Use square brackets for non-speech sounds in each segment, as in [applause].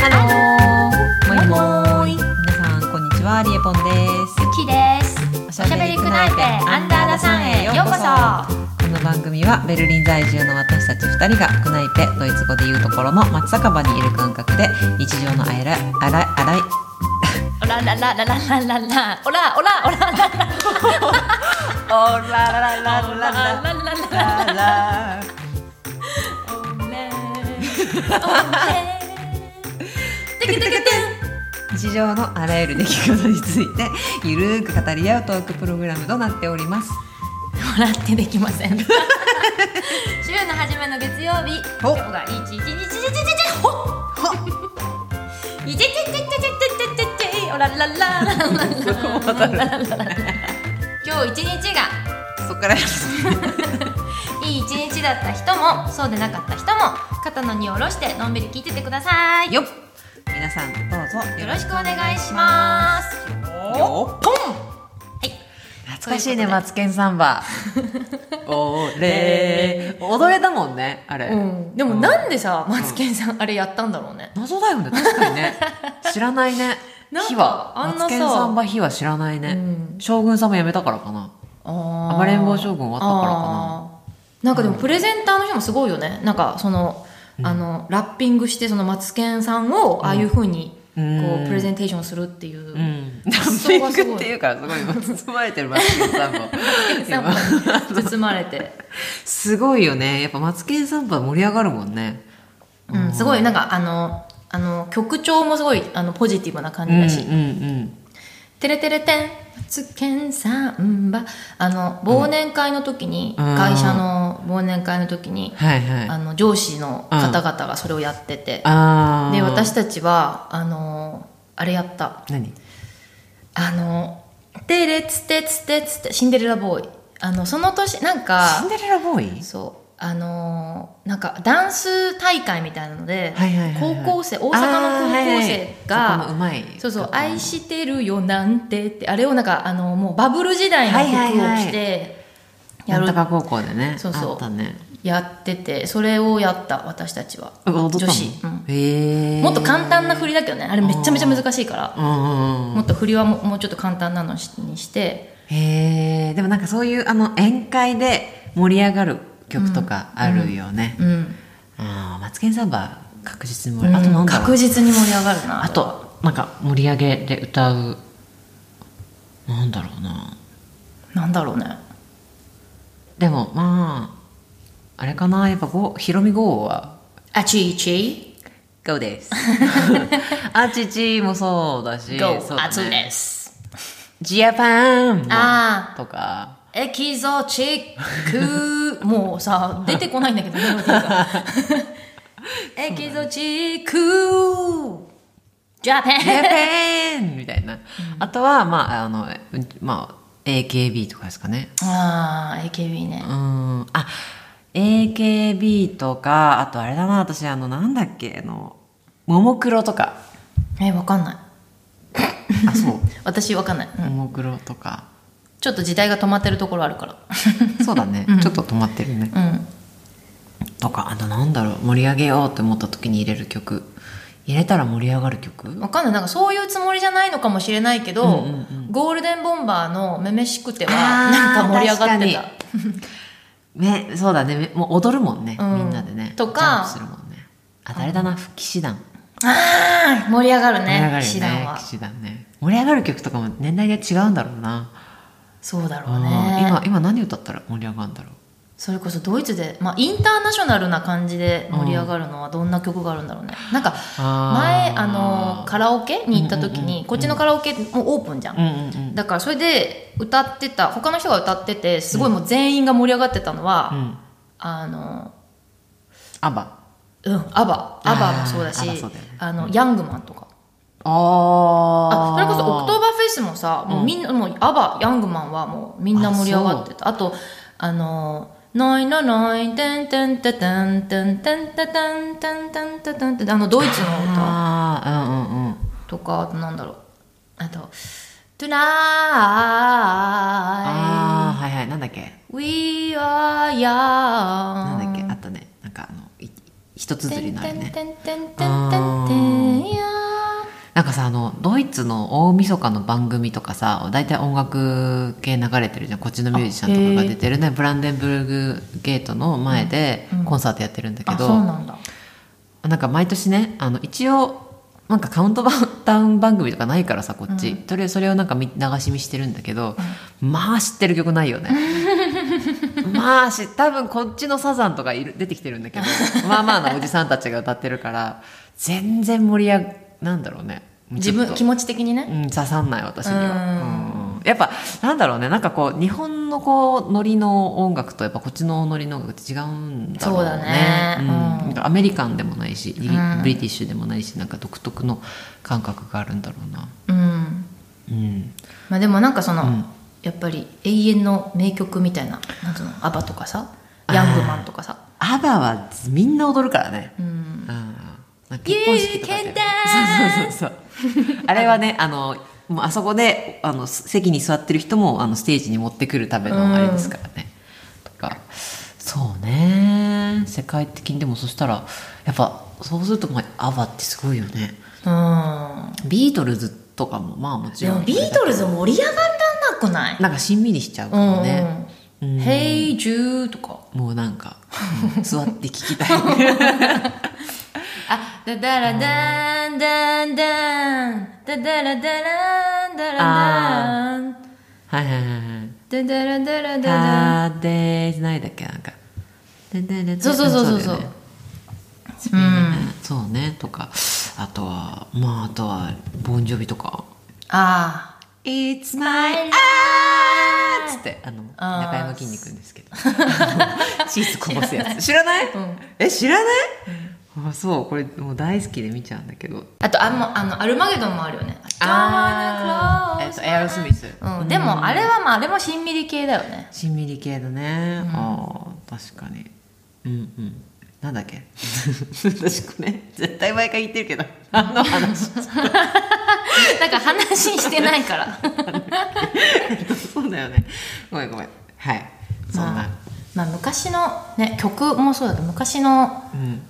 ハロもいもーい皆さんこんにちはリエポンでーきですすおしゃべりくないでアンダーダさんへようこそこの番組はベルリン在住の私たち2人がクナイペドイツ語で言うところの松酒場にいる感覚で日常のあらあらあらいオララララララララオラオラオラララおららららオラララララらラらオレオレテクテクテ日常のあらゆる出来事についてゆるーく語り合うトークプログラムとなっておりますン笑ってできま [laughs] せん週の初めの月曜日お今日が一日一日一日一日ほっ [laughs] いちちちちちちちちちオラララララ [laughs] ララララ今日一日がそっからですいい一日だった人もそうでなかった人も肩の荷を下ろしてのんびり聞いててくださいよっ皆さんどうぞよろしくお願いしますよポンはい懐かしいねマツケンサン [laughs] バおれ [laughs] 踊れたもんねあれ、うん、でもなんでさ、マツケンさんあれやったんだろうね。謎だよね確かに [laughs] ね知らないねなんか火はあんなさマツケンサンバ火は知らないね、うん将軍様辞めたからかな暴暴れん坊将軍終わったからかな。なんかでもプレゼンターの人もすごいよね。なんかその、あの、ラッピングしてそのマツケンさんをああいうふうに、うこんう、プレゼンテーションするっていう。うんラ発ッ想ピがンすごいグっていうからすごい今包まれてるマツケンサン [laughs] バさ今 [laughs] 包まれて。すごいよねやっぱマツケンサンバ盛り上がるもんねうん、すごい、なんかあの、あの、曲調もすごい、あの、ポジティブな感じだし。うんうんてれてれてん、マツケンサンバ。あの、忘年会の時に、うん会社の忘年会の時に、はいはいあの、上司の方々がそれをやってて。あーで、私たちは、あの、あれやった。何あの、てれつてつてつて、シンデレラボーイ。あの、その年、なんシンか、デレラボーイそう。あのなんかダンス大会みたいなので、はいはいはいはい高校生大阪の高校生が、あーはいはいそこのうまいそうそうあ「愛してるよなんて」ってあれをなんかあのもうバブル時代の服を着てややる、る高校でねそうそうあったねやっててそれをやった私たちは踊ったの女子、うんへえもっと簡単な振りだけどねあれめちゃめちゃ難しいからうんうんうもんっと振りはももうちょっと簡単なのしにしてへえでもなんかそういうあの宴会で盛り上がる曲とかあるよね、うん、ああマツケンサンバ確実に盛うり上がる、ん、あとなんだろ確う実に盛り上がるなあとなんか盛り上げで歌うなんだろうななんだろうねでもまああれかなやっぱゴーヒロミゴーはあちいち GO です [laughs] あちちもそうだし GO そうだ熱いねですジャパンもあとかーエキゾチックもうさ出てこないんだけどメロディーが [laughs] エキゾチックジジャャパンパンみたいな、あとはまああのまあ AKB とかですかねあー AKB ねうーんあ AKB とかあとあれだな私あのなんだっけあのももクロと [laughs] かえわかんないあそう私わかんない、うんももクロと [laughs] かちょっと時代が止まってるところあるからそうだね、ちょっと止まってるねうんとかあとなんだろう盛り上げようって思った時に入れる曲入れたら盛り上がる曲わかんないなんかそういうつもりじゃないのかもしれないけど、ゴールデンボンバーの「めめしくては」あーなんか盛り上がってた確ね、そうだね。めもう踊るもんね。んみんなでね。とかジャンプするもんね。あ、誰だな、復騎士団。あー盛り上がる盛り上がねる騎士よ団ね。は騎士団ね。盛り上がる曲とかも年代が違うんだろうな。そうだろううんね今、今何歌ったら盛り上がるんだろう。それこそドイツで、まあ、インターナショナルな感じで盛り上がるのはどんな曲があるんだろうね、なんか前あーあのカラオケに行った時に、こっちのカラオケもオープンじゃん、うんうんうん。だからそれで歌ってた他の人が歌っててすごいもう全員が盛り上がってたのは、うん。あのアバ。うんアバアバもそうだしああー ABBA そうだよねのヤングマンとかああそれこそオクトーババーフェイスもさもうみんな、もうアバヤングマンはもうみんな盛り上がってたあとあの「ノイノノイテンテンテテンテンテンテテンテンテンテテンテン」あのドイツの歌ああ、うんうんうん。とかあとなんだろうあと「Tonight ああ、はいはい。なんだっけ we are なんだっ young けあったね。なんかあの、い一一つてずりんになてるんねてんてんてんてんてんやなんかさあのドイツの大晦日の番組とかさ大体音楽系流れてるじゃんこっちのミュージシャンとかが出てるねブランデンブルグゲートの前でうんうんコンサートやってるんだけあど、そうなんだなんか毎年ねあの一応なんかカウントダウン番組とかないからさこっち、うんとりあえずそれをなんか見流し見してるんだけど、まあ知ってる曲ない [laughs] よねまあし多分こっちのサザンとかいる出てきてるんだけどまあまあなおじさんたちが歌ってるから全然盛り上がなんだろうね自ちょ分っ気と持ち的にねうん、刺さんない私にうは、うんやっぱなんだろうねなんかこう日本のこうノリの音楽とやっぱこっちのノリの音楽って違うんだろうねそうだねうんうんなんかアメリカンでもないし、イギリうんブリティッシュでもないしなんか独特の感覚があるんだろうな、うんうん、まあでもなんかその、うんやっぱり永遠の名曲みたいななんつうのアバとかさヤングマンとかさアバはみんな踊るからね、うんうん、なんか結婚式とかで You can そうそうそうそうあれはねあのもうあそこであの席に座ってる人もあのステージに持ってくるためのあれですからね、とかそうね世界的にでもそしたらやっぱそうするともうアバってすごいよねうんビートルズとかもまあもちでろんもビートルズ盛り上がらなくないなんかしんみりしちゃううかん、らね、うん「Hey Jude」とかもうなんか、うん座って聞き [laughs] たい「あだだらだんだんだんだだらだらんだらだんはいはいはいはいだだらだらだだん」タデーないだっけなんかそうそうそうそうそうだよねうんそうねとかあとはまああとはボンジョビとかあ「It's my あ art」っつってあのあー中山筋肉ですけどあのチーズこぼすやつ知らないうんえ知らないあそうこれもう大好きで見ちゃうんだけどあとあもうあのアルマゲドンもあるよねあ「ー I don't wanna close えっとエアロスミスうん、でもあれはまああれもしんみり系だよねしんみり系だね、ああ確かにうんうんなんだっけ [laughs] 私これ絶対毎回言ってるけど [laughs] 何の話 [laughs] なんか話してないから [laughs] そうだよねごめんごめんはいそんな、まあ昔のね曲もそうだけど昔のうん、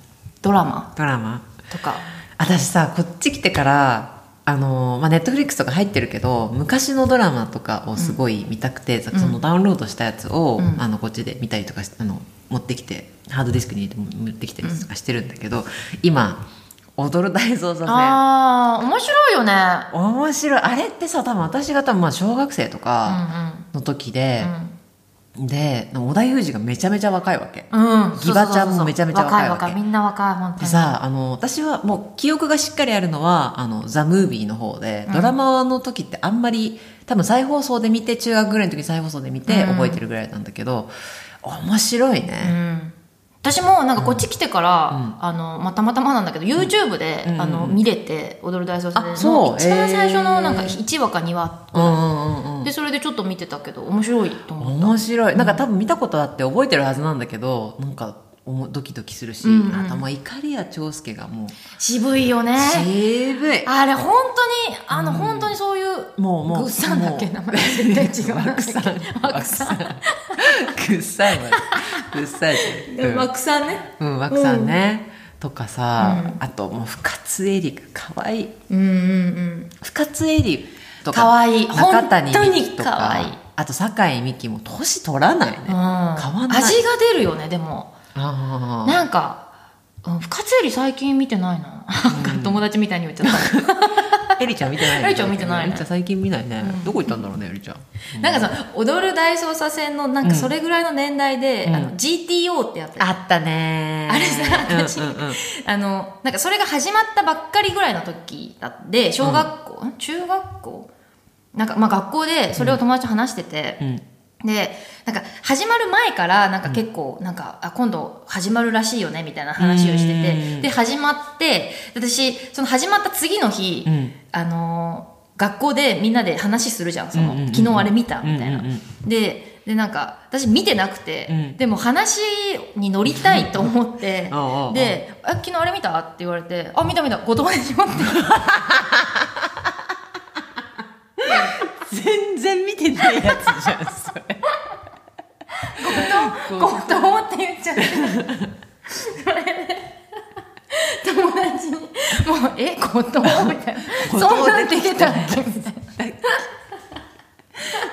ドラマドラマとか私さこっち来てからあのまあ、ネットフリックスとか入ってるけど昔のドラマとかをすごい見たくて、そのダウンロードしたやつを、うんあのこっちで見たりとかしあの持ってきてハードディスクに入れて持ってきたりとかしてるんだけど、今「踊る大捜査線」ああ面白いよね面白いあれってさ多分私が多分まあ小学生とうかんの時で、うで織田裕二がめちゃめちゃ若いわけ、んうんうんギバちゃんもめちゃめちゃ若いわけ若いみんな若い本当でにさあの私はもう記憶がしっかりあるのはあのザ・ムービーの方でうんドラマの時ってあんまり多分再放送で見て中学ぐらいの時に再放送で見てうん覚えてるぐらいなんだけど、面白いうね、ん私もなんかこっち来てから、うんあのまあたまたまなんだけど YouTube で、うんあの見れて「踊る大捜査線あそうの一番最初へのーなんか1話か2話、うんうんうんうんでそれでちょっと見てたけど面白いと思った面白いなんか多分見たことあって覚えてるはずなんだけどなんかおもドキドキするし、うんうんあともう碇谷長介がもう渋いよね渋いあれ本当にあの、本当にそういうもうもうグッサンだっけもう名前絶対違うワクサンワクサングッサンはグッサンじゃんワクサンねうん、うん、ワクさんね、とかさ、あともう深津絵里が可愛いうんうん深津絵里とか可愛い中谷美紀と本当に可か愛いあと酒井美紀も年取らないね、うん、変わんない味が出るよねでもあーなんかうん深津絵里最近見てないななんか友達みたいに言っちゃったエリちゃん見てないエリちゃん見てないねエリちゃん最近見ないね、どこ行ったんだろうねエリちゃんなんかさ、踊る大捜査線の、なんかそれぐらいの年代で、うんあの GTO ってやってたあったねあれさ私うんうんうんあの、なんかそれが始まったばっかりぐらいの時だって、小学校、ん中学校なんか、まあ学校でそれを友達と話してて、うんで、なんか始まる前から、なんか結構、なんか、あ、今度始まるらしいよね、みたいな話をしてうんて、で、始まって、私、その始まった次の日、うんあのー、学校でみんなで話するじゃん、その、うんうんうん昨日あれ見た、みたいな。うんうんうんででなんか私見てなくて、うんでも話に乗りたいと思っ [laughs] ておうおうおうであ「昨日あれ見た?」って言われて「あ見た見た後藤でしょ」って全然見てないやつじゃんそれ後藤後藤って言っちゃってそれで後藤みたいなそんなん出てたっけみたいな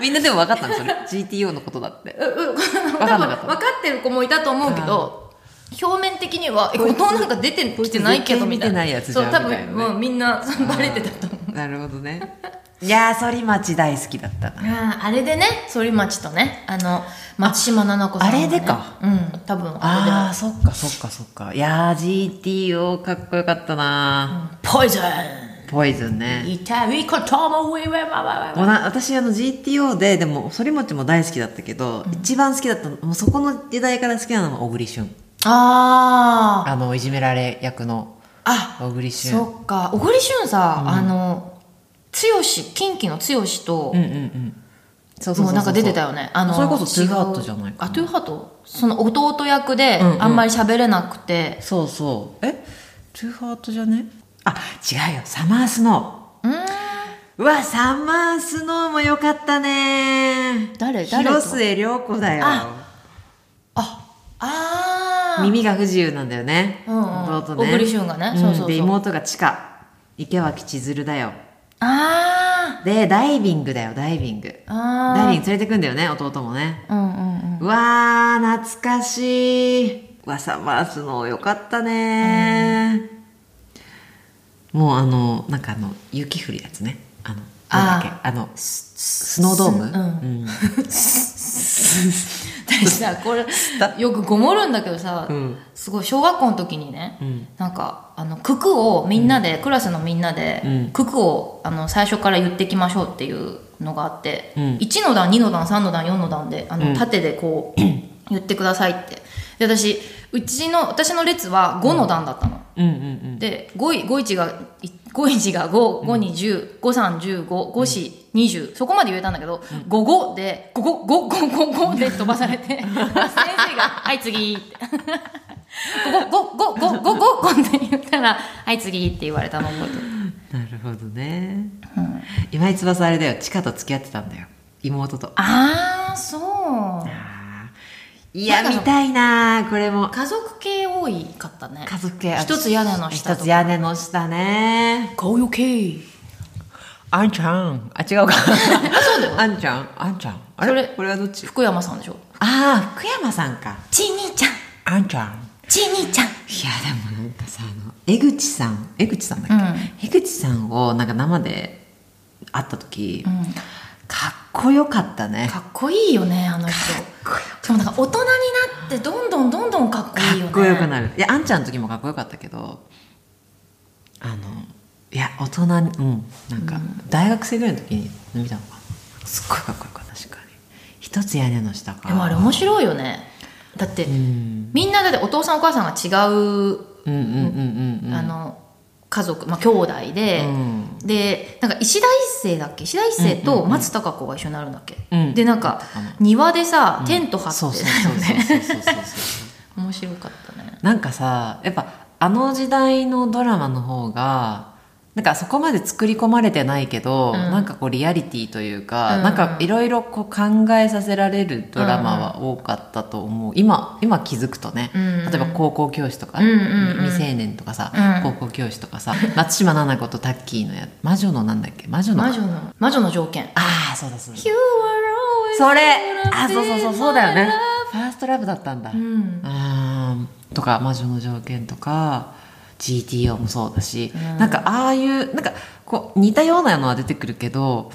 みんなでも分かったのそ [laughs] れ GTO のことだってうう多かんな分かった分かってる子もいたと思うけど表面的には「え後藤なんか出てきてないけど」こいみつたい絶対見てなないやつじそゃんう多みたいな分ねうんみんなそうバレてたと思う [laughs] なるほどねいやー反町大好きだったなあーあれでね反町とねあの松島菜々子さんがねあれでかうん多分あれであーそっかそっかそっかいやー GTO かっこよかったなポイズンポイズンね痛いこともウィウェワワワもうな私あの GTO ででも反町も大好きだったけど、一番好きだったのもうそこの時代から好きなのは小栗旬あーあのいじめられ役のあ小栗旬そっか小栗旬さ、あの剛キンキの剛と、うんうんうんそうもうなんか出てたよねあのそれこそトゥーハート違うじゃないかなあトゥーハートその弟役でうんうんあんまり喋れなくて、そうそうえトゥーハートじゃねあ違うよサマースノうん、ーうわサマースノーもよかったね誰誰と広末涼子だよあああー耳が不自由なんだよね、うんうん弟小ね栗旬がねんそうそうそうで妹が知花池脇千鶴だよあでダイビングだよダイビングーあダイビンーグ連れてくんだよね弟もねうんうん [laughs] うんうわー懐かしいうわサマースのよかったねもうあのなんかあの雪降るやつねあのなんだっけあのススノードーム、ううん私さこれよくごもるんだけどさ、うんすごい小学校の時にね、うんなんかあの九九をみんなで、クラスのみんなで、うん九九をあの最初から言ってきましょうっていうのがあって、うん一1の段2の段3の段4の段であの、うん縦で [clears throat] こう言ってくださいってで私うちの私の列は5の段だったの、うんうんで5位5一が5一が5、5に10、5、3、15、5四20、そこまで言えたんだけど、5、5で、5、5、5、5、5で飛ばされ [laughs] て、先生が、はい、次って。5、5、5、5、5、5、5って言ったら、はい、次って言われたの覚えてる。なるほどねうん今井翼あれだよチカと付き合ってたんだよ妹とあー、そう。あーいやなんか見たいなーこれも家族系多いかったね。家族系一つ屋根の下一とつか。屋根の下ねこういう系。あんちゃんあ違う [laughs] かあ、そうだよ。あんちゃんあんちゃんあそれれこれはどっち福山さんでしょ。ああ福山さんかちにちゃん、あんちゃんいやちにちゃん。でもなんかさあの江口さん江口さんだっけ、江口さんをなんか生で会った時、んかっこよかったねかっこいいよね、あの人。かっこよでもなんか大人になってどんどんどんどんかっこいいよねかっこよくなるいやあんちゃんの時もかっこよかったけどあのいや大人にうんなんか大学生ぐらいの時に見たのかなすっごいかっこよかった確かに一つ屋根の下かでもあれ面白いよねだって、うんみんなだってお父さんお母さんが違う、うんうんうんうんうんあの家族、まあ、兄弟で、うんでなんか石田一生だっけ石田一生と松たか子が一緒になるんだっけ、うんでなんかかな庭でさ、テント張そうっそてうたよそうそうねそうそうそうそう [laughs] 面白かったねなんかさやっぱあの時代のドラマの方がなんかそこまで作り込まれてないけど、うんなんかこうリアリティというか、うんうんなんかいろいろこう考えさせられるドラマは多かったと思う、今今気づくとね、うんうん例えば高校教師とか、うんうんうん未成年とかさ、うん高校教師とかさ松島菜々子とタッキーのや魔女のなんだっけ魔女の魔女の魔女の条件ああそうだそうだ You are always それ gonna あ be そうそうそうそうだよね my love ファーストラブだったんだ、うんあーとか「魔女の条件」とか GTO もそうだし、うんなんかああいうなんかこう似たようなのは出てくるけど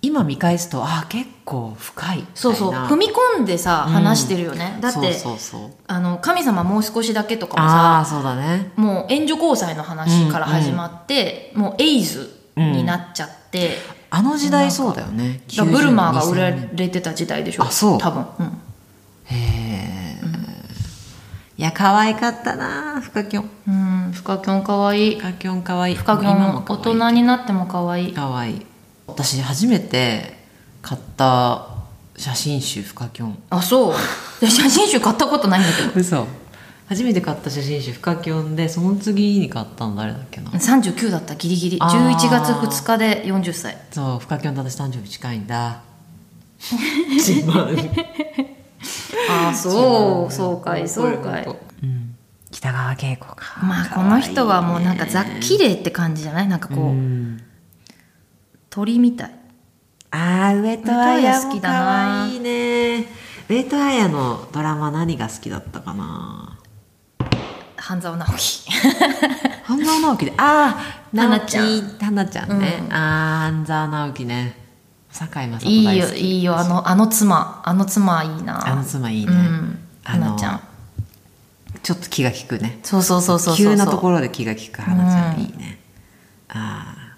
今見返すとああ結構深いみたいなそうそう踏み込んでさうん話してるよね、だってそうそうそうあの神様もう少しだけとかもああさそうだねもう援助交際の話から始まって、もうエイズになっちゃって、あの時代そうだよねだからブルマーが売90ら2000年れてた時代でしょあそう多分、うん、へえ、いや可愛かったなフカキョンうんフカキョンかわいいフカキョン可愛いフカキョ今ンも可大愛い人になってもかわいいかわいい私初めて買った写真集フカキョンあそう [laughs] で写真集買ったことないんだけ嘘初めて買った写真集フカキョンでその次に買ったの誰だっけなど39だったギリギリあー11月2日で40歳そうフカキョンと私誕生日近いん [laughs] だ自慢ああそうそうかいそうかいうん北川景子かまあこの人はもうなんかザキ綺麗って感じじゃないなんかこう、鳥みたいあー上戸上戸彩彩好もきかだなわいいね上戸彩のドラマ何が好きだったかな半沢直樹半沢直樹でああ花ちゃん花ちゃんね、うんああ半沢直樹ね堺雅人いい大よ好きいいよあのあの妻あの妻いいなあの妻いいね、うんあの花ちゃんちょっと気が利くねそうそうそうそうそう急なところで気が利く花ちゃん、うんいいねああ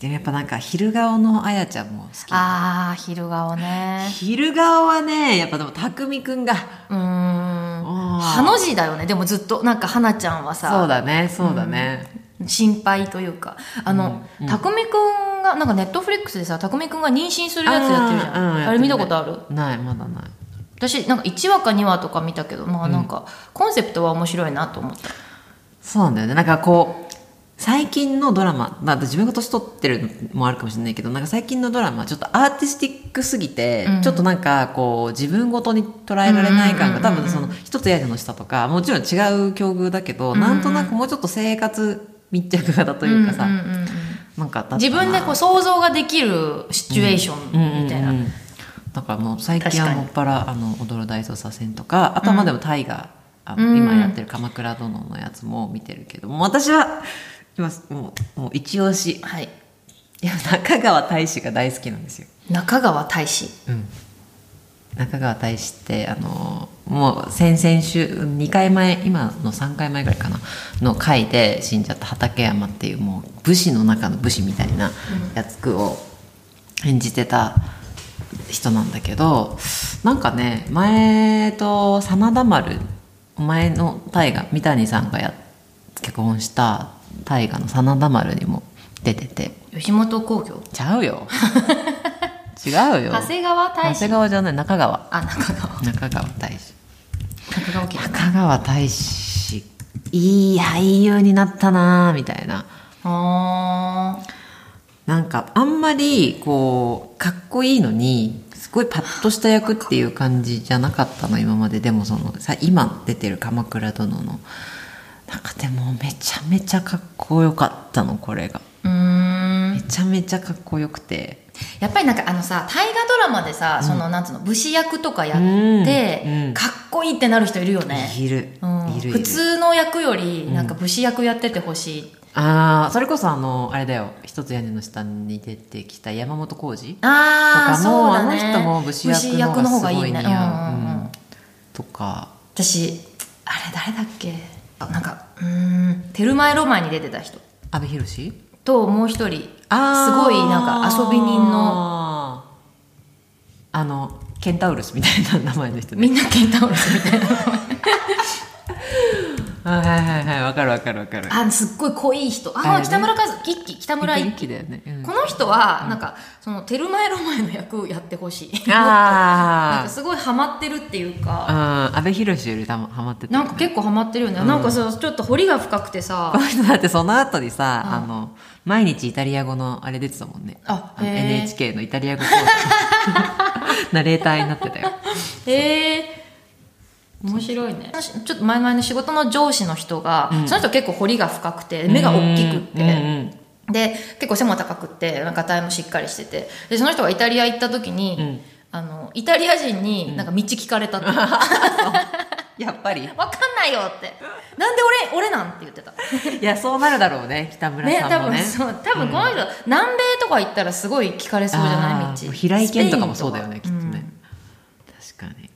でもやっぱなんか昼顔のあやちゃんも好きああ昼顔ね昼顔はねやっぱでも匠くんがうーんあーハの字だよねでもずっとなんか花ちゃんはさそうだねそうだね、心配というかあの、うんうん匠くんがなんかネットフリックスでさ匠くんが妊娠するやつやってるじゃんあーうんあ,、やってるねれ見たことあるないまだない私なんか1話か2話とか見たけどまあなんか、コンセプトは面白いなと思ったそうなんだよねなんかこう最近のドラマ、まあ、自分が年取ってるのもあるかもしれないけどなんか最近のドラマちょっとアーティスティックすぎて、うんちょっとなんかこう自分ごとに捉えられない感が、うんうんうんうん多分その一つ屋根の下とかもちろん違う境遇だけど、なんとなくもうちょっと生活密着型というかさ、んんうんなんかあったかな自分でこう想像ができるシチュエーションみたいな、うんうんうんだからもう最近確かはにもっぱら「あの踊る大捜査線」とかあとはまあでも大河、あのうん今やってる「鎌倉殿」のやつも見てるけども私は今もうもう一押しはいいや中川大志が大好きなんですよ、中川大志中川大志ってあのもう先々週2回前今の3回前ぐらいかなの回で死んじゃった畠山っていうもう武士の中の武士みたいなやつを演じてた人なんだけどなんかね前と真田丸前の大河三谷さんがや結婚した大河の真田丸にも出てて吉本興業ちゃう [laughs] よ違うよ長谷川大長志谷川じゃない中川あ中川中川大志中川家中川大志いい俳優になったなぁみたいなあーなんかあんまりこうかっこいいのにすごいパッとした役っていう感じじゃなかったの今まででもそのさ今出てる「鎌倉殿の」なんかでもめちゃめちゃかっこよかったのこれがうーんめちゃめちゃかっこよくてやっぱりなんかあのさ大河ドラマでさ、そのなんつうの武士役とかやって、うんうんかっこいいってなる人いるよねいる、うんいるいる普通の役よりなんか武士役やっててほしい、ああそれこそあのあれだよ一つ屋根の下に出てきた山本浩二ああとかそうもだねあの人も武士役の方がすごい似合う武士役の方がいいねうんうんうんうんとか私あれ誰だっけあなんかうーん「テルマエロマエ」に出てた人阿部寛ともう一人あーすごいなんか遊び人のあのケンタウルスみたいな名前の人みねんなケンタウロスみたいなはいはいはいはいわかるわかるわかる [laughs] あすっごい濃い人あれああね北村和樹一輝北村一一輝気だよね、うんこの人はなんかその「テルマエロマエ」の役をやってほしい [laughs] なんあかーすごいハマってるっていうかうん阿部寛よりたまハマってたなんか結構ハマってるよね、なんかさちょっと彫りが深くてさこの人だってその後にさ、あの毎日イタリア語のあれ出てたもんねあのへー NHK のイタリア語講 [laughs] 座 [laughs] ナレーターになってたよへえ面白いねちょっと前々の仕事の上司の人が、その人結構彫りが深くて目が大きくって、うんうんで結構背も高くってなんか体もしっかりしててでその人がイタリア行った時に、あのイタリア人になんか道聞かれたって、わかやっぱりんないよってなんで俺俺なんて言っ [laughs] てたいやそうなるだろうね北村ねさ多んもね分そう多分この人、南米とか行ったらすごい聞かれそうじゃなあいー道平井堅とかもスそペインうだよねきっとうんね、確かに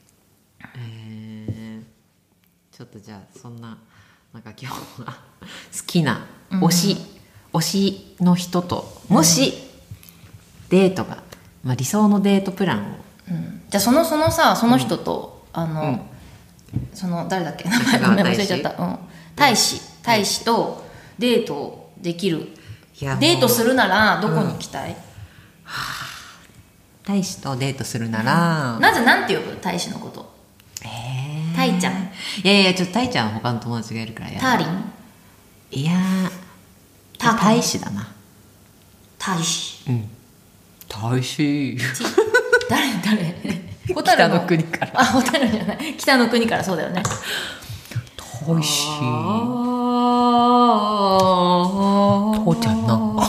えー、ちょっとじゃあそんななんか今日は好きな推し、推しの人ともしデートが、まあ、理想のデートプランをじゃあそのそのさその人と、あの、うんその誰だっけ名前中ご川めん忘大れ志ちゃった、うん、大使大使とデートできるいやデートするるならどこに行きたい、大使とデートするなら、なぜなんて呼ぶ大使のことえータイちゃんいやいやちょっとタイちゃんは他の友達がいるからやターリンいやータカ大使だな大使大使ち誰誰 [laughs] 蛍北の国からあ蛍じゃない北の国からそうだよね美味しい父父ちゃんなんか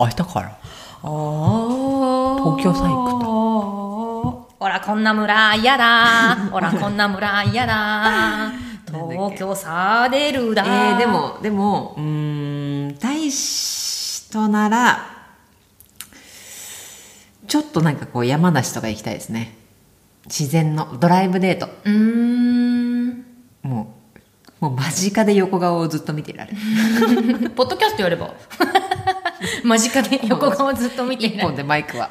明日から東京さ行くとほらこんな村嫌だほらこんな村嫌だ東京さ出るだえー、でもでもうーん大使とならちょっとなんかこう山梨とか行きたいですね自然のドライブデートうーんもうもう間近で横顔をずっと見ていられるポッドキャストや [laughs] れば間近で横顔ずっと見てい一ない本で [laughs] マイクは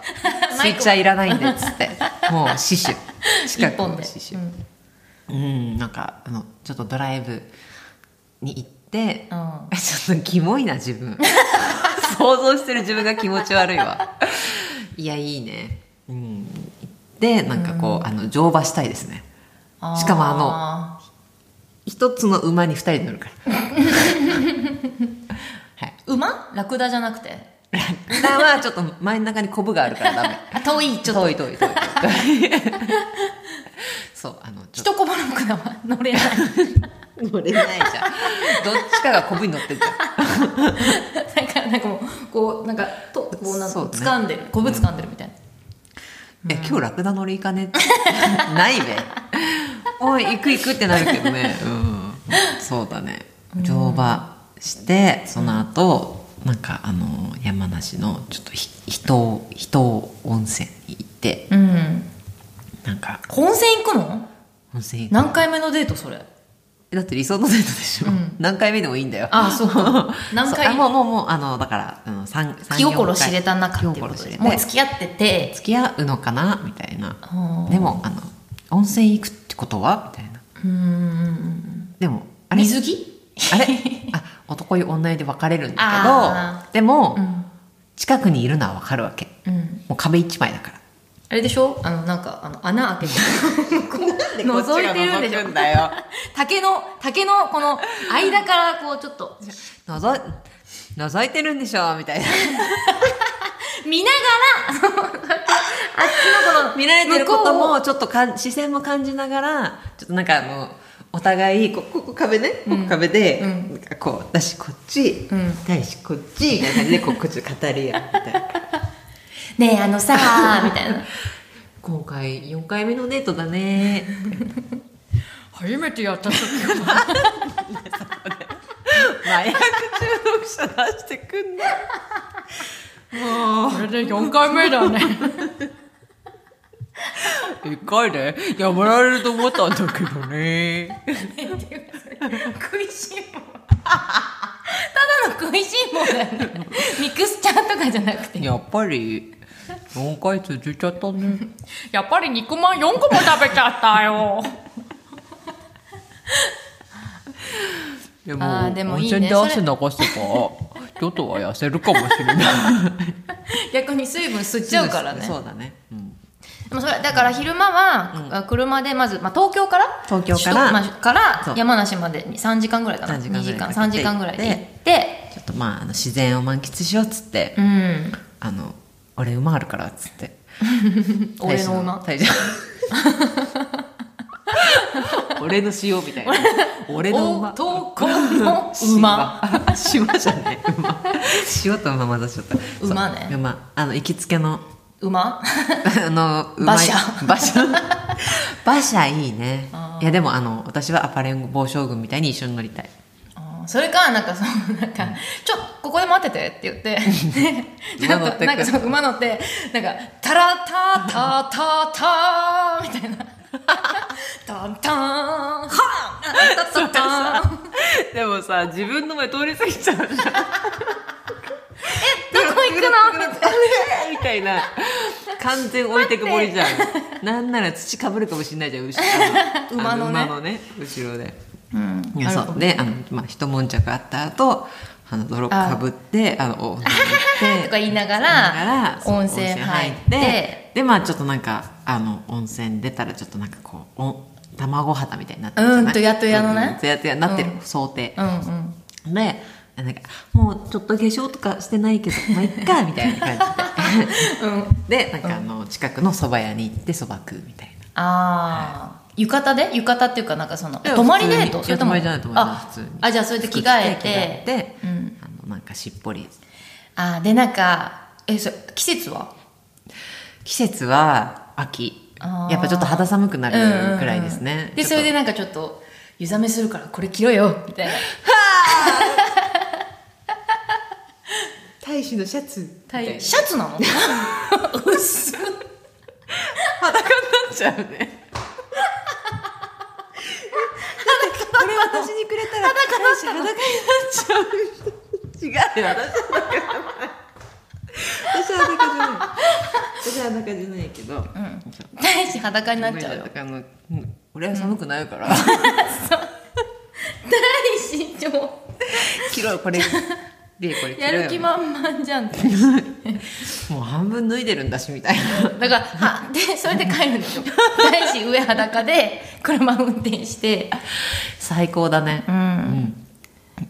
マスイイクはッチャーいらないんでっつってもう死 [laughs] 守近く一本ので死守うん、なんかあのちょっとドライブに行って、うちょっとキモいな自分 [laughs] 想像してる自分が気持ち悪い [laughs] わいやいいねうん行ってなんかこう、あの乗馬したいですねしかもあのあ一つの馬に二人乗るからはいの馬ラクダじゃなくて普段はちょっと真ん中にコブがあるからダメあ遠いちょっと遠い遠い遠 [laughs] いそうあのちょっ一コマラクダは乗れないと乗れないじゃんどっちかがコブに乗ってんじゃんだからなんかもうこうなんかとこうなんかそうね掴んでるこぶ掴んでるみたいな、え今日ラクダ乗り行かねって [laughs] [laughs] ないべおい行く行くってなるけどねうんそうだね乗馬してその後なんかあの山梨のちょっとひ人人温泉に行ってうんなんか温泉行くの温泉行く何回目のデートそれだって理想のデートでしょ、うん何回目でもいいんだよあそう [laughs] 何そうあ回ももうもうもうあのだから、うん、3 3気心知れた中っていうこ気と心で知れてもう付き合ってて付き合うのかなみたいなうんでもあの温泉行くってことはみたいなうんでもあれ水着あれあ男湯女湯で別れるんだあけどでも、うん近くにいるのは分かるわけうんもう壁一枚だからあれでしょあのなんかあの穴開けて覗いてるんでしょだよ竹の竹のこの間からこうちょっと覗い覗いてるんでしょみ [laughs] たいな見ながらあっちのこの見られてること向こうをもちょっとかん視線も感じながらちょっとなんかあのお互いこここ壁ねここ壁で、うんなんかこう私こっち、うん大志こっちみたいな感じでこうこっち語り合うみたいなねえあのさーみたいな [laughs] 今回4回目のデートだね初めてやった時 [laughs] 麻薬中毒者出してくんなもうこれで4回目だね一回でやめられると思ったんだけどね [laughs] 食いしん坊ただの食いしん坊だよねミクスチャーとかじゃなくてやっぱり4回続いちゃったねやっぱり肉まん4個も食べちゃったよでもあーでもいいね温泉で汗流してたちょっとは痩せるかもしれな [laughs] い逆に水分吸っちゃうからねそうだね、うん、でもそれだから昼間は、車でまず、まあ、東京から東京から首都まあからそう山梨までに3時間ぐらいかな3時間ぐらい2時間かけて3時間ぐらいで行行っってちょっとまああの自然を満喫しようっつって、うんあの俺馬あるからっつって俺の馬大丈 [laughs] 夫俺の塩みたいな俺の馬男の馬 [laughs] シワじゃない馬塩と馬混ざしちゃったそう馬ね馬あの行きつけ [laughs] の馬あのうまい [laughs] 馬車馬車馬車いいねあーいやでもあの私はアパレル暴走軍みたいに一緒に乗りたいあーそれかなんかそのなんか「ちょここで待ってて」って言ってで [laughs] 馬なん乗ってかくなんかその馬乗ってなんか「タラタタタタ」みた [laughs] いな「タンタンハーンタタタタン」でもさ自分の前通り過ぎちゃ [laughs] うじゃんどこ行くのみたいな完全置いてくぼりじゃ [laughs] んなんなら土かぶるかもしれないじゃん後ろ馬のねあ [laughs] 馬のね後ろでうんいやそうであの、まあ、一悶着あった後あの泥かぶってあのお [laughs] とか言いながだかららそう温泉入ってでまあちょっとなんかあの温泉出たらちょっとなんかこうお卵肌みたいになってるじゃうなんいとやっとやのねうんとやっとやなってる、うん想定うんうんでなんかもうちょっと化粧とかしてないけどまあいっ [laughs] かみたいな感じででなんかあの近くの蕎麦屋に行って蕎麦食うみたいなああ浴衣で浴衣っていうかなんかそのいや泊まりデー普通にいやトそれと泊もまりじゃない泊まりじゃないあ普通にあじゃあそれで着替え服着てて着替えてうん、あのなんかしっぽりあでなんかえそれ季節は季節は秋あーやっぱちょっと肌寒くなるくらいですね、うんうんうんでちそょっとれでなんかちょっと湯冷めするからこれ着ろよみたいな大使のシャツタイシシャ [laughs] ツなの薄っ裸になっちゃうねだってこれ私にくれたら大使裸になっちゃう違うよ私は裸じゃない私は裸じゃないけど、ん大使裸になっちゃうよあのうん俺は寒くないから、大使ちょ着ろよ [laughs] これでこれ着ろやよる気満々じゃんもう半分脱いでるんだしみたい [laughs] なだからはでそれで帰るんでしょ大使上裸で車運転して最高だねう、うんん、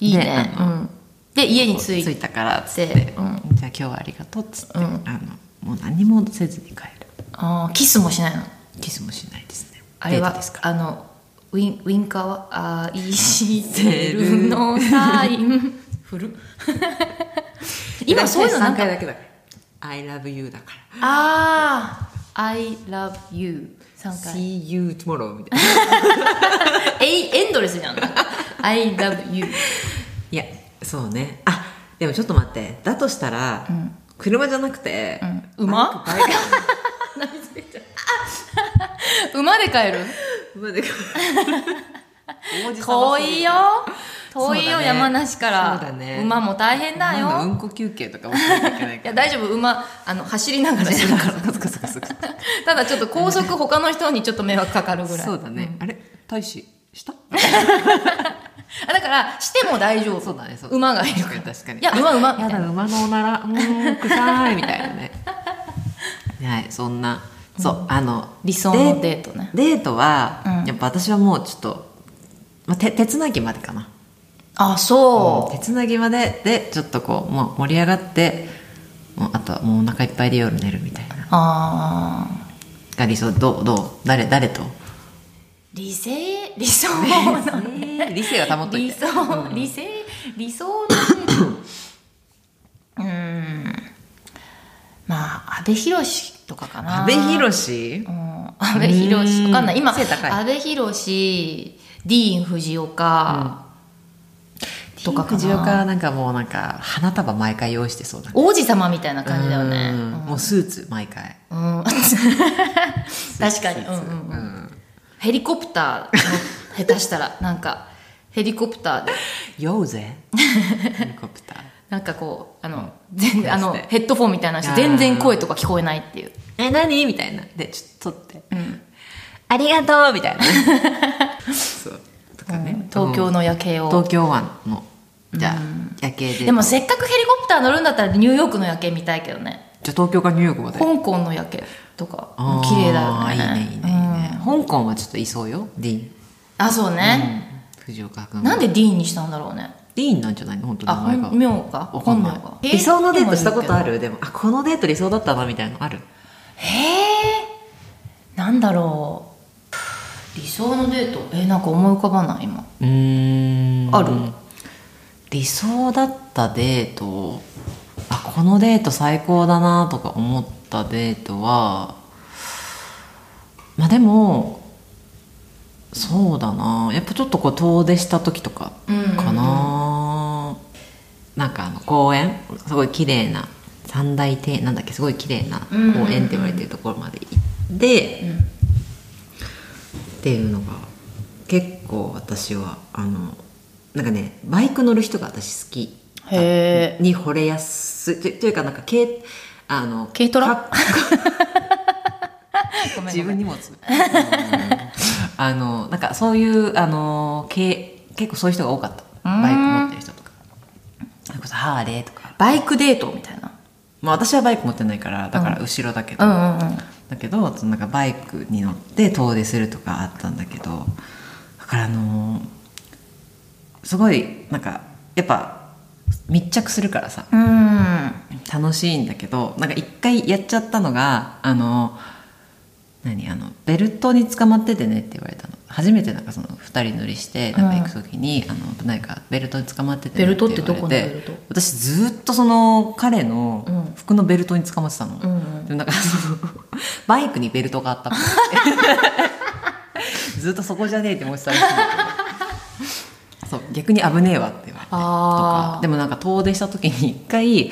いいねねうん、で家に着い着ていたからっつって、でうんじゃあ今日はありがとうっつって、うんあのもう何もせずに帰るあーキスもしないのキスもしないですねあれデーはトですかあのウィンウィンカーは愛してるのサイ [laughs] ン振る今そういうのなん3か回だけだから I love you だかああ I love you ら3回 See you tomorrow みたいなえエンドレスじゃん [laughs] I love you いやそうねあでもちょっと待ってだとしたら、車じゃなくて、うん馬バイクバイ馬で帰るク馬で帰る王子様すぎる [laughs] 遠いよ遠そいうよ、だね山梨からそうだね馬も大変だ馬のうよんこ休憩とかもしなきゃいけないいからや大丈夫馬あの走りながらやるからカツカツカツカツカツ [laughs] ただちょっと高速他の人にちょっと迷惑かかるぐらいそうだね、あれ大使したあだからしても大丈夫そうだねそうだね馬がいる確かに確かにいや馬馬みやたいなだ馬のおならうーん臭いみたいなね [laughs] はいそんなそう、あの理想のデートねでデートは、うんやっぱ私はもうちょっと、まあ、手手つなぎまでかなあそ手つなぎまででちょっとこうもう盛り上がってもうあとはもうお腹いっぱいで夜寝るみたいなああが理想どうどう誰誰と理性理想の理性は保っとい理て想理性理想のデートうーんまあ阿部寛とかかな阿部寛うん阿部寛わかんない今背高い阿部寛ディーン・藤岡、とかかな藤岡はなんかもうなんか花束毎回用意してそうな王子様みたいな感じだよねうんもうスーツ毎回うんスーツ確かに、うんうんうんうんヘリコプターの下手したらなんかヘリコプターで酔うぜヘリコプターなんかこうあの全うんあのヘッドフォンみたいなして全然声とか [laughs] 聞こえないっていうえ何みたいなでちょっと撮ってんありがとうみたいなそうとかね東京の夜景を、東京湾のじゃあ夜景ででもせっかくヘリコプター乗るんだったらニューヨークの夜景見たいけどねじゃあ東京からニューヨークまで香港の夜景とかあー綺麗だよねいいねいいねいいね香港はちょっといそうよディーンうんあそうね、藤岡君なんでディーンにしたんだろうねディーンなんじゃないの本当あ名前が本名かわかん本名ないか理想のデートしたことあるでもあこのデート理想だったなみたいなのあるへえなんだろう理想のデートえなんか思い浮かばない今うーんある理想だったデートあこのデート最高だなとか思ったデートはまあでもそうだなやっぱちょっとこう遠出した時とかかな、なんかあの公園すごい綺麗な三大庭園なんだっけすごい綺麗な公園って言われてるところまで行って、っていうのが結構私はあのなんかねバイク乗る人が私好きへえに惚れやすいとというかなんか軽あの軽トラかごめん自ごめ分ん荷物あのなんかそういうあのけ結構そういう人が多かったうんバイク持ってる人とかそれこそハーレーとか、バイクデートみたいなまあ、私はバイク持ってないからだから後ろだけど、うんうんうんだけどそのなんかバイクに乗って遠出するとかあったんだけどだからあのすごいなんかやっぱ密着するからさうん楽しいんだけどなんか一回やっちゃったのがあの何あのベルトに捕まっててねって言われたの初めてなんかその2人乗りしてなんか行く時に、あの危ないからベルトに捕まっててねベルトって言どこわのれベルト私ずっとその彼のん服のベルトに捕まってたの、うんうんでもなんかそのバイクにベルトがあ [laughs] ったっぽくて [laughs] ずっとそこじゃねえって思ってたらしいんだけどそう逆に危ねえわって言われてとあーかでもなんか遠出した時に一回ち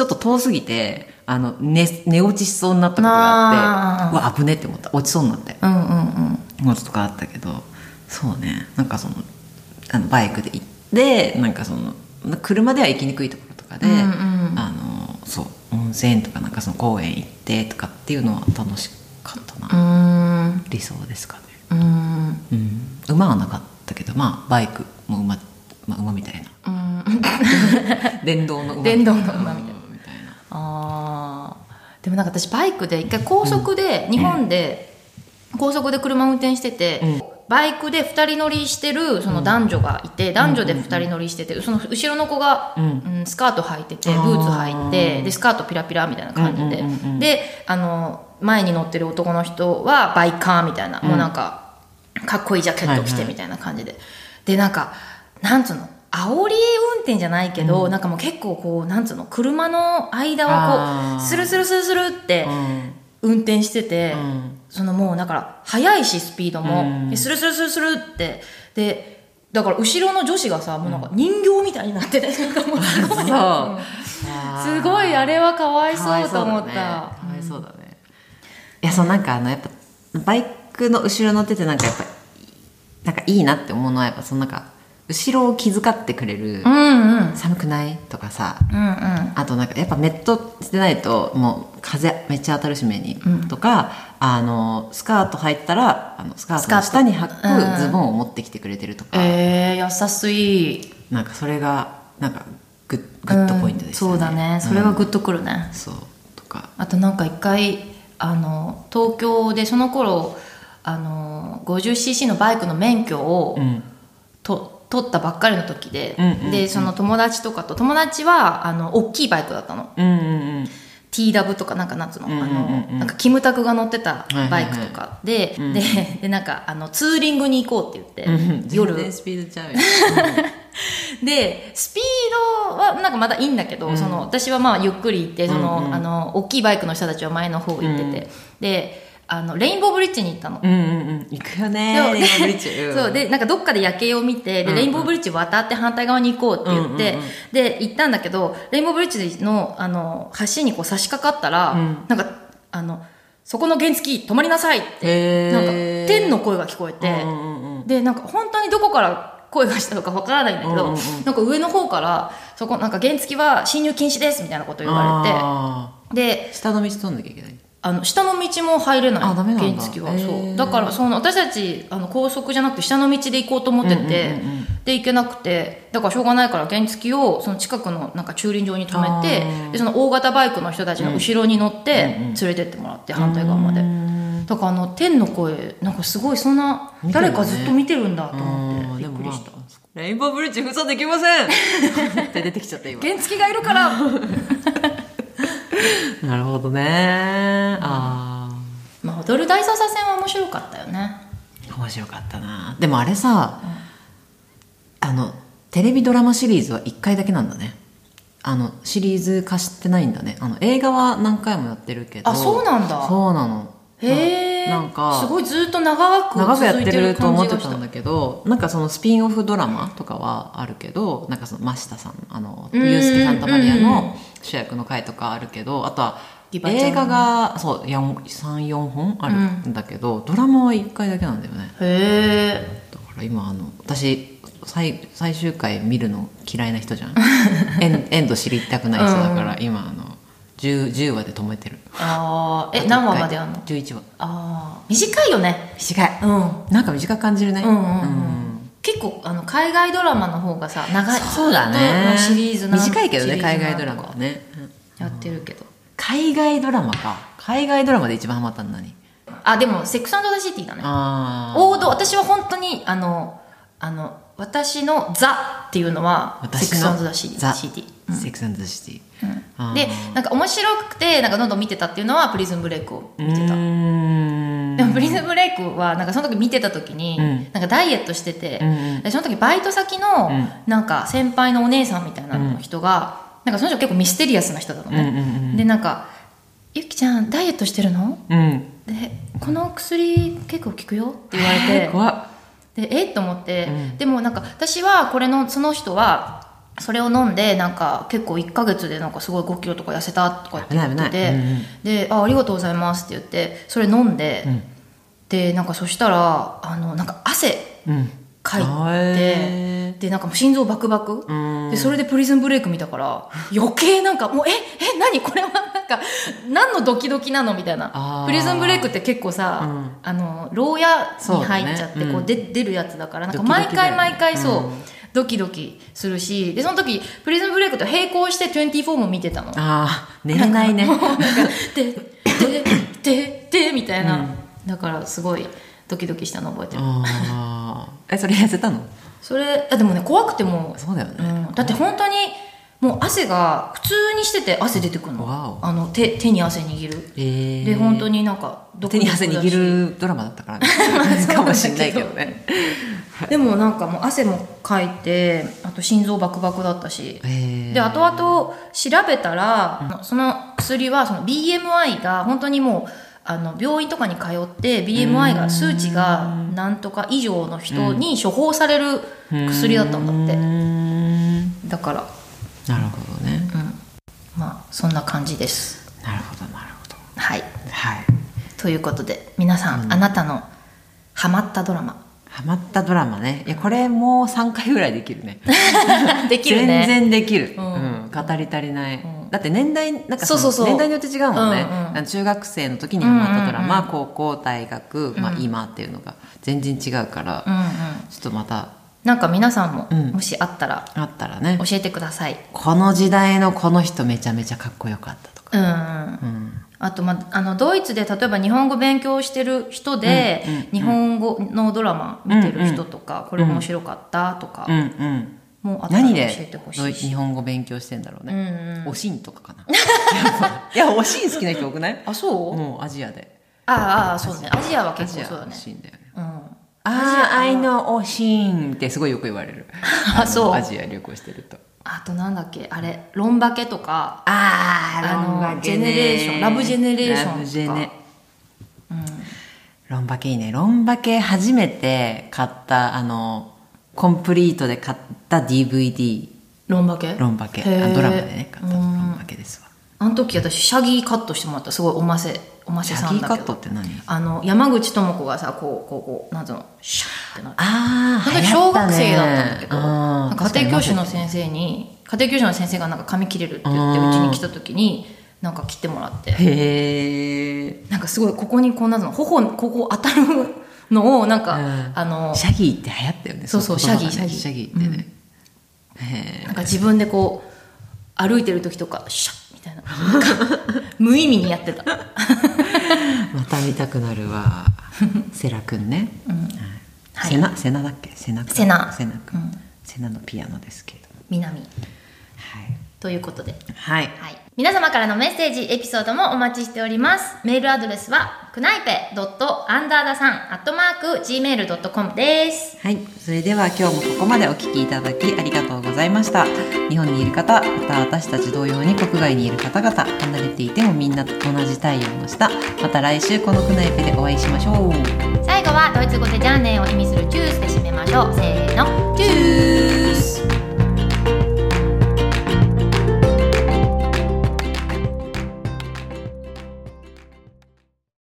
ょっと遠すぎてあの寝寝落ちしそうになったことがあっあーてうわ危ねえって思った落ちそうになってうんうんうん荷物とかあったけどそうねなんかそのあのバイクで行ってなんかその車では行きにくいところとかで、うんうんあのそう温泉とかなんかその公園行ってとかっていうのは楽しかったな、うーん理想ですかね、うーんうん、馬はなかったけどまあバイクも馬,、まあ、馬みたいなうーん電動の馬電動の馬みたいなうんみたいなあーでもなんか私バイクで一回高速で、日本で高速で車運転してて、うんバイクで2人乗りしてるその男女がいて、男女で2人乗りしててその後ろの子が、うんうんスカート履いててあブーーツ履いてでスカートピラピラみたいな感じで、うんうんうんうんであの前に乗ってる男の人はバイカーみたいな、もうなんかかっこいいジャケットは着いてはいみたいな感じで、でなんかなんつうの煽り運転じゃないけど、なんかもう結構こうなんつうの車の間あをこーうスルスルスルスルって運転してて、うんそのもうだから速いしスピードうんも、でスルスルスルスルってでだから後ろの女子がさもうなんか人形みたいになってて、なんかもうすごいそううんすごいあれはかわいかわいそうと思ったかわいそうだね,、いやそうなんかあのやっぱバイクの後ろ乗っててなんかやっぱなんかいいなって思うのはやっぱそのなんか後ろを気遣ってくれる、うんうんうん寒くないとかさうんあとなんかやっぱメットしてないともう風めっちゃ当たるし目に、とかあのスカート履いたらあのスカートのスカ下に履うんくズボンを持ってきてくれてるとか、えー、優しいなんかそれがなんかグッグッドポイントですようんそうだねそれはグッ、ッとくるね、うんそうとかあとなんか一回あの東京でその頃あの 50cc のバイクの免許を、うんと取ったばっかりの時で、うんうんうんでその友達とかと友達はあの大きいバイクだったのうんうんうん TW とかなんかなんつうの,、うんうんうんあのなんかキムタクが乗ってたバイクとかで、はいはいででなんかあのツーリングに行こうって言って、夜夜スピードちゃうよでスピードはなんかまだいいんだけど、その私はまあゆっくり行ってその、うんうんあの大きいバイクの人たちは前の方行ってて、うんであのレインボーブリッジに行ったの。うんうんうん行くよねそうレインボーブリッジ [laughs] そうでなんかどっかで夜景を見て、でレインボーブリッジ渡って反対側に行こうって言って、うんうんうんで行ったんだけどレインボーブリッジのあの橋にこう差し掛かったら、うんなんかあのそこの原付止まりなさいってへなんかー天の声が聞こえて、うんうんうんでなんか本当にどこから声がしたのかわからないんだけど、うんうんうんなんか上の方からそこなんか原付は進入禁止ですみたいなこと言われてあでー下の道通んなきゃいけないあの下の道も入れないあダメなんだ原付はへーそうだからその私たちあの高速じゃなくて下の道で行こうと思ってて、うんうんうんうんで行けなくてだからしょうがないから原付をその近くのなんか駐輪場に止めあてでその大型バイクの人たちの後ろに乗って連れてってもらって反対側まで、だからあの天の声なんかすごいそんな見てるね誰かずっと見てるんだと思あーってでびっもくまりあした。レインボーブリッジ封鎖できません [laughs] って出てきちゃった今原付がいるからなるほどねああ [laughs] まあ踊る大捜査線は面白かったよね面白かったなでもあれさ、あのテレビドラマシリーズは1回だけなんだねあのシリーズ化してないんだねあの映画は何回もやってるけどあそうなんだそうなのへえななんかすごいずっと長く長くや続っいててるると感思っじてがしたたんだけどなんかそのスピンオフドラマとかはあるけどなんかその真下さんあのうんユースケ・サンタマリアうんの主役の回とかあるけどあとはリバちゃんの映画がそう34本あるんだけど、ドラマは1回だけなんだよねへえだから今あの私最最終回見るの嫌いな人じゃ [laughs] んエンエンド知りたくない人だから、今あの 10, 10話で止めてるあーえ何話まであんの ?11 話ああ短いよね短いうんなんか短く感じるねうんうんううんん結構あの海外ドラマの方がさ長いそうだねずっとのシリーズな短いけどシねリーズな海外ドラマはねうんやってるけど海外ドラマか海外ドラマで一番ハマったの何あでも「セックスザ・シティ」だねあー王道私は本当にあのあの私の「ザ」っていうのは「セック私のスザ・シテザィ」シティセックスアンドザシティあーでなんか面白くてなんかどんどん見てたっていうのは「プリズンブレイク」を見てたうーんプリズンブレイクはなんかその時見てた時に、うんなんかダイエットしてて、うんでその時バイト先のうんなんか先輩のお姉さんみたいなの人が、なんかその人結構ミステリアスな人なのうんうんね、でなんか「ゆきちゃんダイエットしてるの?うんうん」で「この薬結構効くよ」って言われて。怖っでえっと思って、うんでもなんか私はこれのその人はそれを飲んでなんか結構1ヶ月でなんかすごい5キロとか痩せたとかって言って危ない危ないうんうんてであ「ありがとうございます」って言ってそれ飲んで、うんでなんかそしたらあのなんか汗うんかいてへでなんかもう心臓バクバクー、うんでそれでプリズンブレイク見たから余計なんかもうええ何これはなんか何のドキドキなのみたいあなープリズンブレイクって結構さ、うんあの牢屋そうにだね入っちゃってこううんで、出るやつだからなんかドキドキだ毎よね回毎回そううんドキドキするしでその時プリズンブレイクと並行して24も見てたの。ああ寝れないねもうなんかででででみたいな、だからすごいドキドキしたの覚えてるああえそれ痩せたのそれあでもね怖くてもうそうだよね、うんだって本当にもう汗が普通にしてて汗出てくるわのおあの手手に汗握るえーで本当になんかどこ手にに汗握るドラマだった [laughs] からねかもしれないけどねでもなんかもう汗もかいてあと心臓バクバクだったしえーで後々調べたら、その薬はその BMI が本当にもうあの病院とかに通って BMI が数値がなんとか以上の人に処方される薬だったんだうーってんだから、なるほどねうん、まあそんな感じですなるほどなるほどはいはいということで皆さん、あなたのハマったドラマ [laughs] ハマったドラマねいやこれもう3回ぐらいできるねできる全ね然できる、ううんん語り足りない、うんだって年代なんかそのそうそうそう年代によって違うもんね、うんうんあの中学生の時にハマったドラマ、うん高校大学、まあ、今っていうのが全然違うから、うんうんちょっとまたなんか皆さんも、うんもしあったらあったらね教えてくださいこの時代のこの人めちゃめちゃかっこよかったとか、うん、うん、あと、まあ、あのドイツで例えば日本語勉強してる人で、うんうん日本語のドラマ見てる人とか、これ面白かったとかう、んうんもうあったら教何えてでほしドイいし日本語勉強してんだろううんね、うんおしんとかかな [laughs] やっぱいやおしん好きな人多くないあそう、あもうアジアであああそうねアジアはア結ジ構アそうだおねしんだよねうんああ、I know おしんってすごいよく言われる。あのそうアジア旅行してると。あとなんだっけあれロンバケとかああのジェネレーションラブジェネレーションとかラブジェネ。うんロンバケいいね。ロンバケ初めて買った、あの、コンプリートで買った DVD、ロンバケロンバケ。へーあドラマでね、買ったうロんンバケですわ。あの時私シャギーカットしてもらったすごいおませおまジせャさギんーだカけどットって何あの山口智子がさこうこうこうなんつうのシャーってなってあそのあ、時小学生だったんだけど、なんか家庭教師の生。先生に家庭教師の先生がなんか髪切れるって言ってうんうちに来た時になんか切ってもらってへえ。なんかすごいここにこうなんつうの頬にここ当たるのをなんか、うんあのシャギーって流行ったよね。そうそうの言葉がねシャギーシシャャギギーーってね。へなんか自分でこう歩いてる時とかシャッみたいななんか無意味にやってた、えまた見たくなる [laughs] わ。セラくんね。うん、ははいいセナ、セナだっけセナくん。セナセナくうんん。セナのピアノですけれども。南はということでい。はい。はい、皆様からのメッセージエピソードもお待ちしておりますメールアドレスはくないぺ .underthe3.gmail.com ですはい。それでは今日もここまでお聞きいただきありがとうございました。日本にいる方、また私たち同様に国外にいる方々、離れていてもみんなと同じ太陽の下、また来週このクナイペでお会いしましょう。最後はドイツ語でじゃあねーを意味するチュースで締めましょうせーのチュース